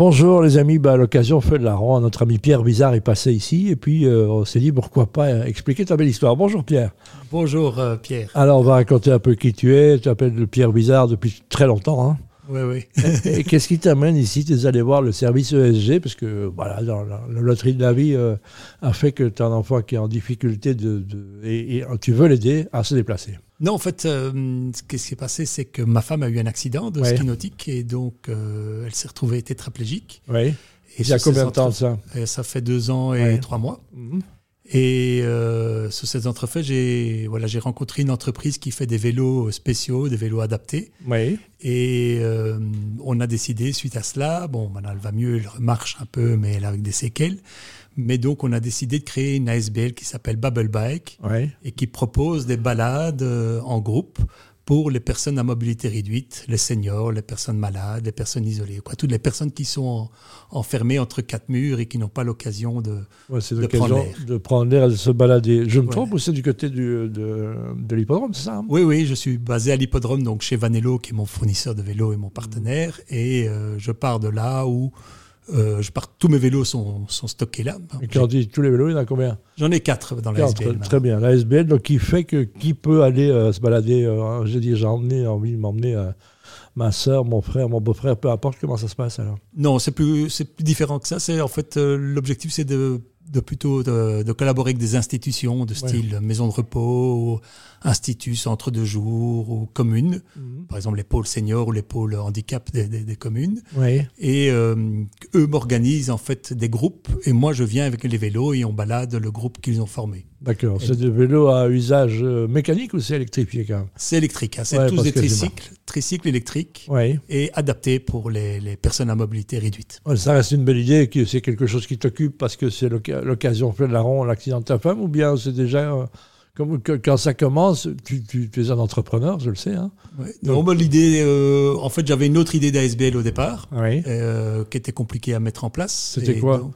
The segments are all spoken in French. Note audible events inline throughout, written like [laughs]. Bonjour les amis, bah, à l'occasion Feu de la Roi, notre ami Pierre Bizarre est passé ici et puis euh, on s'est dit pourquoi pas euh, expliquer ta belle histoire. Bonjour Pierre. Bonjour euh, Pierre. Alors on va raconter un peu qui tu es, tu t'appelles Pierre Bizarre depuis très longtemps. [laughs] Hein. Oui, oui. et qu'est-ce qui t'amène ici Tu es allé voir le service ESG parce que voilà, dans la, la loterie de la vie euh, a fait que tu as un enfant qui est en difficulté de, de- et, et tu veux l'aider à se déplacer. Non, en fait, euh, ce qui s'est passé, c'est que ma femme a eu un accident de Ouais. ski nautique et donc euh, elle s'est retrouvée tétraplégique. Oui. Et Il y a sur ses combien de temps de entre- ça Euh, Ça fait deux ans et Ouais. trois mois. Et euh, sur ces entrefaits, j'ai voilà, j'ai rencontré une entreprise qui fait des vélos euh, spéciaux, des vélos adaptés. Oui. Et euh, on a décidé, suite à cela, bon, maintenant elle va mieux, elle marche un peu, mais elle a avec des séquelles. Mais donc, on a décidé de créer une ASBL qui s'appelle Bubble Bike. Oui. et qui propose des balades euh, en groupe pour les personnes à mobilité réduite, les seniors, les personnes malades, les personnes isolées, quoi. toutes les personnes qui sont en- enfermées entre quatre murs et qui n'ont pas l'occasion de... Ouais, c'est De l'occasion prendre l'air. de prendre l'air et de se balader. Je me Ouais. trompe ou c'est du côté du, de, de l'hippodrome, c'est ça hein Oui, oui, je suis basé à l'hippodrome, donc chez Vanello, qui est mon fournisseur de vélos et mon partenaire, et euh, je pars de là où euh, je pars, tous mes vélos sont, sont stockés là. Et quand on dit tous les vélos, il y en a combien J'en ai quatre dans la Quatre, SBL. Très bien. La SBL, donc, qui fait que qui peut aller euh, se balader euh, J'ai dit, j'ai emmené, envie de m'emmener euh, ma soeur, mon frère, mon beau-frère, peu importe comment ça se passe alors. Non, c'est plus, c'est plus différent que ça. C'est en fait euh, l'objectif, c'est de, de plutôt euh, de, de collaborer avec des institutions de Ouais. style maison de repos, ou institut, centre de jour ou communes. Par exemple, les pôles seniors ou les pôles handicap des, des- des communes. Oui. Et euh, eux m'organisent en fait des groupes et moi je viens avec les vélos et on balade le groupe qu'ils ont formé. D'accord. C'est des vélos à usage euh, mécanique ou c'est électrifié quand même C'est électrique, hein. c'est Ouais, tous parce des que j'ai tricycles, tricycles électriques Oui. et adaptés pour les- les personnes à mobilité réduite. Ouais, Ça reste une belle idée, que c'est quelque chose qui t'occupe parce que c'est l'oc- l'occasion fait de la ronde, l'accident de ta femme, ou bien c'est déjà. euh, comme, que- quand ça commence, tu, tu- tu es un entrepreneur, je le sais. Hein. Ouais. Non, bah, l'idée, euh, en fait, j'avais une autre idée d'ASBL au départ, Oui. euh, qui était compliquée à mettre en place. C'était quoi donc-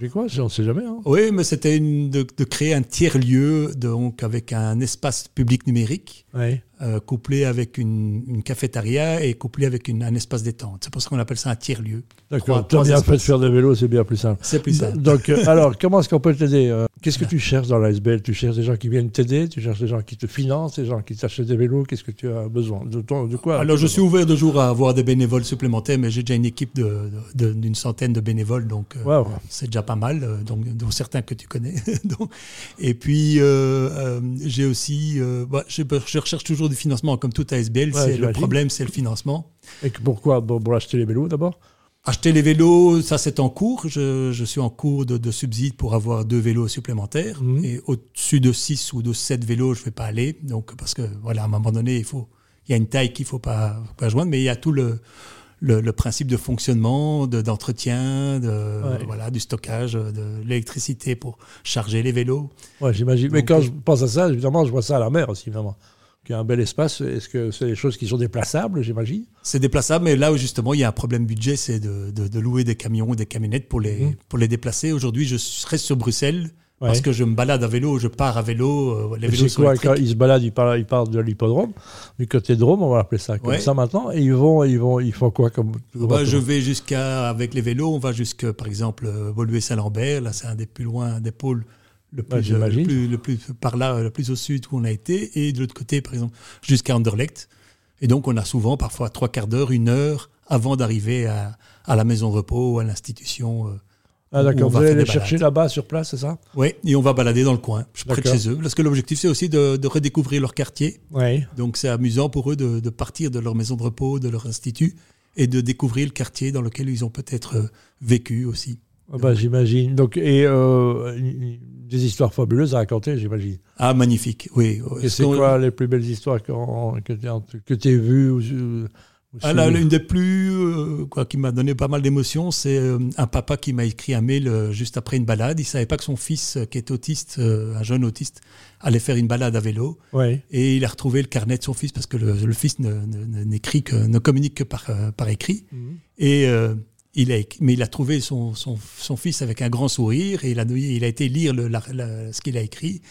C'est quoi ça, On ne sait jamais. Hein. Oui, mais c'était une- de, de créer un tiers-lieu, donc avec un espace public numérique, Oui. euh, couplé avec une, une cafétéria et couplé avec une, un espace détente. C'est pour ça qu'on appelle ça un tiers-lieu. D'accord. Trois- T'as trois bien fait de espaces. faire des vélos, c'est bien plus simple. C'est plus simple. Ah. Donc, [laughs] euh, alors, comment est-ce qu'on peut t'aider euh, Qu'est-ce que tu cherches dans la SBL Tu cherches des gens qui viennent t'aider Tu cherches des gens qui te financent Des gens qui t'achètent des vélos Qu'est-ce que tu as besoin De, ton- de quoi Alors, je suis ouvert de jour à avoir des bénévoles supplémentaires, mais j'ai déjà une équipe de- de- d'une centaine de bénévoles, donc euh, Waouh. c'est déjà pas mal, euh, donc, dont certains que tu connais. [laughs] Donc, et puis, euh, euh, j'ai aussi, euh, bah, je, je recherche toujours du financement, comme tout Ouais, ASBL. c'est le j'imagine. problème, c'est le financement. Et que- pourquoi Bon, Pour acheter les vélos d'abord Acheter les vélos, ça c'est en cours. Je, je suis en cours de, de subside pour avoir deux vélos supplémentaires. Mhm. Et au-dessus de 6 ou de 7 vélos, je vais pas aller. Donc, parce que, voilà, à un moment donné, il faut, il y a une taille qu'il faut pas, pas joindre, mais il y a tout le, le, le principe de fonctionnement, de- d'entretien, de, Ouais. voilà, du stockage, de l'électricité pour charger les vélos. Ouais, j'imagine. Mais Donc, quand euh, je pense à ça, évidemment, je vois ça à la mer aussi, évidemment. Qu'il y a un bel espace. Est-ce que c'est des choses qui sont déplaçables, j'imagine C'est déplaçable, mais là où justement il y a un problème budget, c'est de, de- de louer des camions ou des camionnettes pour les, Mhm. pour les déplacer. Aujourd'hui, je reste sur Bruxelles Ouais. parce que je me balade à vélo, je pars à vélo, euh, les Et vélos C'est sont quoi quand électriques. ils se baladent, ils partent, ils partent de l'hippodrome, du côté de Rome, on va appeler ça comme Ouais. ça maintenant, et ils vont, ils vont, ils font quoi comme Bah, je vais jusqu'à, avec les vélos, on va jusqu'à, par exemple, Volué-Saint-Lambert. Là, c'est un des plus loin, des pôles le Ouais, plus, j'imagine. le plus, le plus- par là, le plus au sud où on a été. Et de l'autre côté, par exemple, jusqu'à Anderlecht. Et donc, on a souvent, parfois, trois quarts d'heure, une heure avant d'arriver à, à la maison de repos, à l'institution. euh, Ah où d'accord, on vous va allez faire les des chercher là-bas sur place, c'est ça Oui, et on va balader dans le coin, je suis près de D'accord. chez eux. Parce que l'objectif, c'est aussi de, de redécouvrir leur quartier. Oui. Donc, c'est amusant pour eux de, de partir de leur maison de repos, de leur institut, et de découvrir le quartier dans lequel ils ont peut-être euh, vécu aussi. Ah bah, j'imagine. Donc et euh, des histoires fabuleuses à raconter, j'imagine. Ah, magnifique, oui. Et c'est Parce qu'on- quoi les plus belles histoires qu'on- que tu que t'aies vues ou, ou- ou Ah, là, suivies L'une des plus, euh, quoi, qui m'a donné pas mal d'émotions, c'est euh, un papa qui m'a écrit un mail euh, juste après une balade. Il savait pas que son fils, euh, qui est autiste, euh, un jeune autiste, allait faire une balade à vélo. Oui. Et il a retrouvé le carnet de son fils parce que le, le fils ne, ne- ne- n'écrit que, ne communique que par, euh, par écrit. Et euh, il a, éc- mais il a trouvé son, son, son fils avec un grand sourire et il a, donné- il a été lire le, la- la- ce qu'il a écrit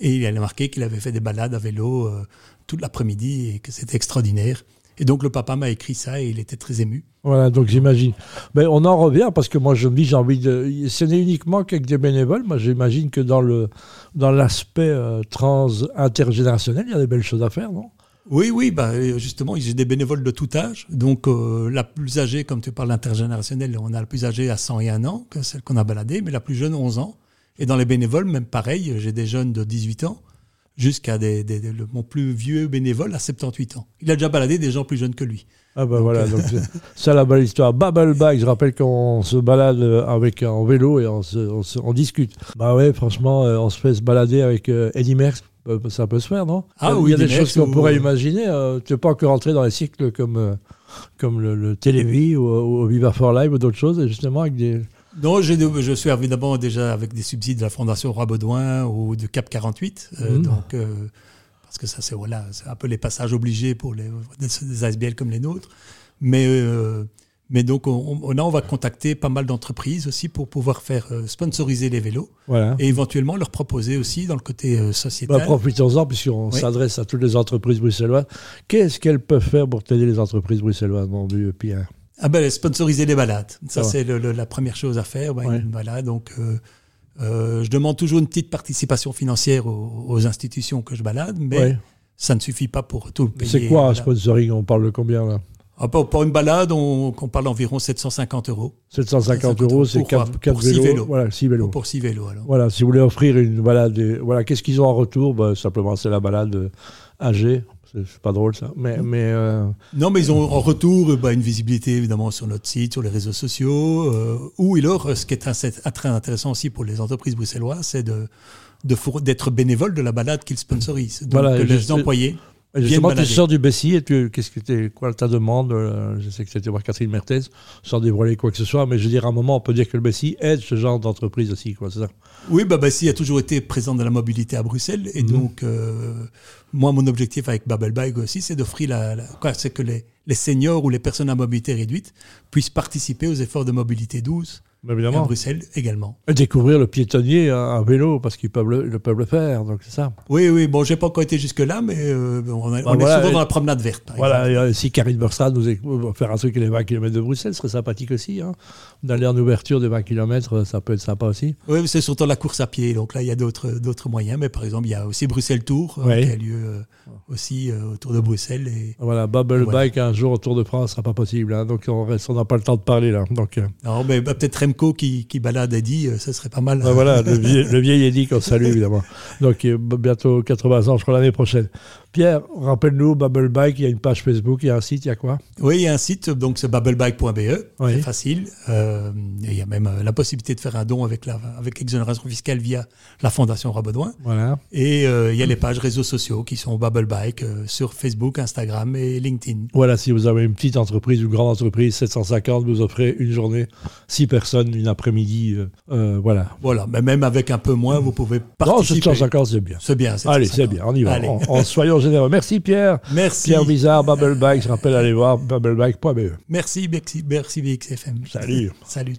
et il a marqué qu'il avait fait des balades à vélo euh, toute l'après-midi et que c'était extraordinaire. Et donc le papa m'a écrit ça et il était très ému. Voilà, donc j'imagine. Mais on en revient parce que moi je me dis, j'ai envie de. Ce n'est uniquement qu'avec des bénévoles. Moi j'imagine que dans le dans l'aspect euh, trans intergénérationnel, il y a des belles choses à faire, non Oui, oui, bah, justement, j'ai des bénévoles de tout âge. Donc euh, la plus âgée, comme tu parles d'intergénérationnel, on a la plus âgée à 101 ans, que celle qu'on a baladée, mais la plus jeune, 11 ans. Et dans les bénévoles, même pareil, j'ai des jeunes de 18 ans jusqu'à des, des, des, mon plus vieux bénévole à 78 ans. Il a déjà baladé des gens plus jeunes que lui. Ah ben bah euh, voilà, donc [laughs] ça la belle histoire. Babble bag, je rappelle qu'on se balade euh, avec en vélo et on, se, on, se, on, discute. Bah ouais, franchement, on se fait se balader avec euh, Eddie Merckx, bah, ça peut se faire, non Ah il oui, il y a des choses qu'on ou... pourrait imaginer. euh, tu n'es pas encore entré dans les cycles comme, euh, comme le, le Télévis ou, ou, Viva for Live ou d'autres choses, et justement avec des... Non, je, je suis évidemment déjà avec des subsides de la Fondation Roi Baudouin ou de Cap 48. Mmh. Euh, donc, euh, parce que ça, c'est voilà, un peu les passages obligés pour les, des, ASBL comme les nôtres. Mais, euh, mais donc, on, on, on, va contacter pas mal d'entreprises aussi pour pouvoir faire euh, sponsoriser les vélos voilà. et éventuellement leur proposer aussi dans le côté euh, sociétal. Bah, Profitons-en, puisqu'on oui. s'adresse à toutes les entreprises bruxelloises. Qu'est-ce qu'elles peuvent faire pour aider les entreprises bruxelloises, mon vieux Pierre ah ben, sponsoriser les balades. Ça, c'est la première chose à faire. Ben, ouais. une balade, donc, euh, euh, je demande toujours une petite participation financière aux, aux institutions que je balade, mais ouais. ça ne suffit pas pour tout payer. C'est quoi un sponsoring On parle de combien là ah, pour, pour, une balade, on, on parle d'environ 750 euros. 750, 750 euros, c'est 4, 4 vélos, six vélos. Voilà, 6 vélos. Pour 6 vélos, alors. Voilà, si vous voulez offrir une balade, voilà, qu'est-ce qu'ils ont en retour ben, Simplement, c'est la balade âgée. C'est pas drôle ça. Mais, mais euh... Non, mais ils ont en retour bah, une visibilité évidemment sur notre site, sur les réseaux sociaux. Euh, ou alors, ce qui est, un, est très intéressant aussi pour les entreprises bruxelloises, c'est d'être de, d'être bénévole de la balade qu'ils sponsorisent. Donc voilà, que les employés. Justement, tu sors du Bessie et tu, qu'est-ce que t'es, quoi ta demande euh, Je sais que c'était voir Catherine Mertez, sans dévoiler quoi que ce soit, mais je veux dire, à un moment, on peut dire que le Bessie aide ce genre d'entreprise aussi, quoi, c'est ça Oui, bah, Bessie a toujours été présent dans la mobilité à Bruxelles, et mmh. donc, euh, moi, mon objectif avec Babel Bike aussi, c'est d'offrir la, la quoi, c'est que les, les seniors ou les personnes à mobilité réduite puissent participer aux efforts de mobilité douce. Évidemment. Et à Bruxelles également. Et découvrir le piétonnier à, à vélo, parce qu'ils peuvent le, le, peuvent le faire, donc c'est ça. Oui, oui, bon, j'ai pas encore été jusque-là, mais euh, on, a, bah on voilà, est souvent dans la promenade verte. Par voilà, exemple. Et si Karine Berstrand nous est, faire un truc les 20 km de Bruxelles, ce serait sympathique aussi. Hein. D'aller en ouverture des 20 km, ça peut être sympa aussi. Oui, c'est surtout la course à pied, donc là, il y a d'autres moyens, mais par exemple, il y a aussi Bruxelles Tour, oui. euh, qui a lieu euh, aussi autour de Bruxelles. Et... Voilà, Bubble voilà. Bike un jour autour de France, ce sera pas possible, hein, donc on reste, on n'a pas le temps de parler là. Donc, euh, Non, mais bah, peut-être qui, qui, balade Eddy, euh, ça serait pas mal. Ah, voilà, le vieil, le vieil Eddy qu'on salue évidemment. Donc euh, bientôt 80 ans, je crois l'année prochaine. Pierre, rappelle-nous, Bubble Bike, il y a une page Facebook, il y a un site, il y a quoi Oui, il y a un site, donc c'est bubblebike.be, oui. E. c'est facile. Euh, et il y a même la possibilité de faire un don avec, la, avec l'exonération fiscale via la Fondation Rabaudouin. Voilà. Et euh, il y a les pages réseaux sociaux qui sont Bubble Bike sur Facebook, Instagram et LinkedIn. Voilà, si vous avez une petite entreprise, une grande entreprise, 750, vous offrez une journée, 6 personnes une après-midi. Euh, euh, voilà. Voilà, mais même avec un peu moins, vous pouvez participer. Non, 750, c'est bien. C'est bien. Allez, c'est bien, on y va. En, en, soyons généreux. Merci [laughs] Pierre. Merci. Pierre Bizarre, E. Babelbike, je rappelle, allez voir, babelbike.be. Merci, merci, merci BXFM. Salut. Salut.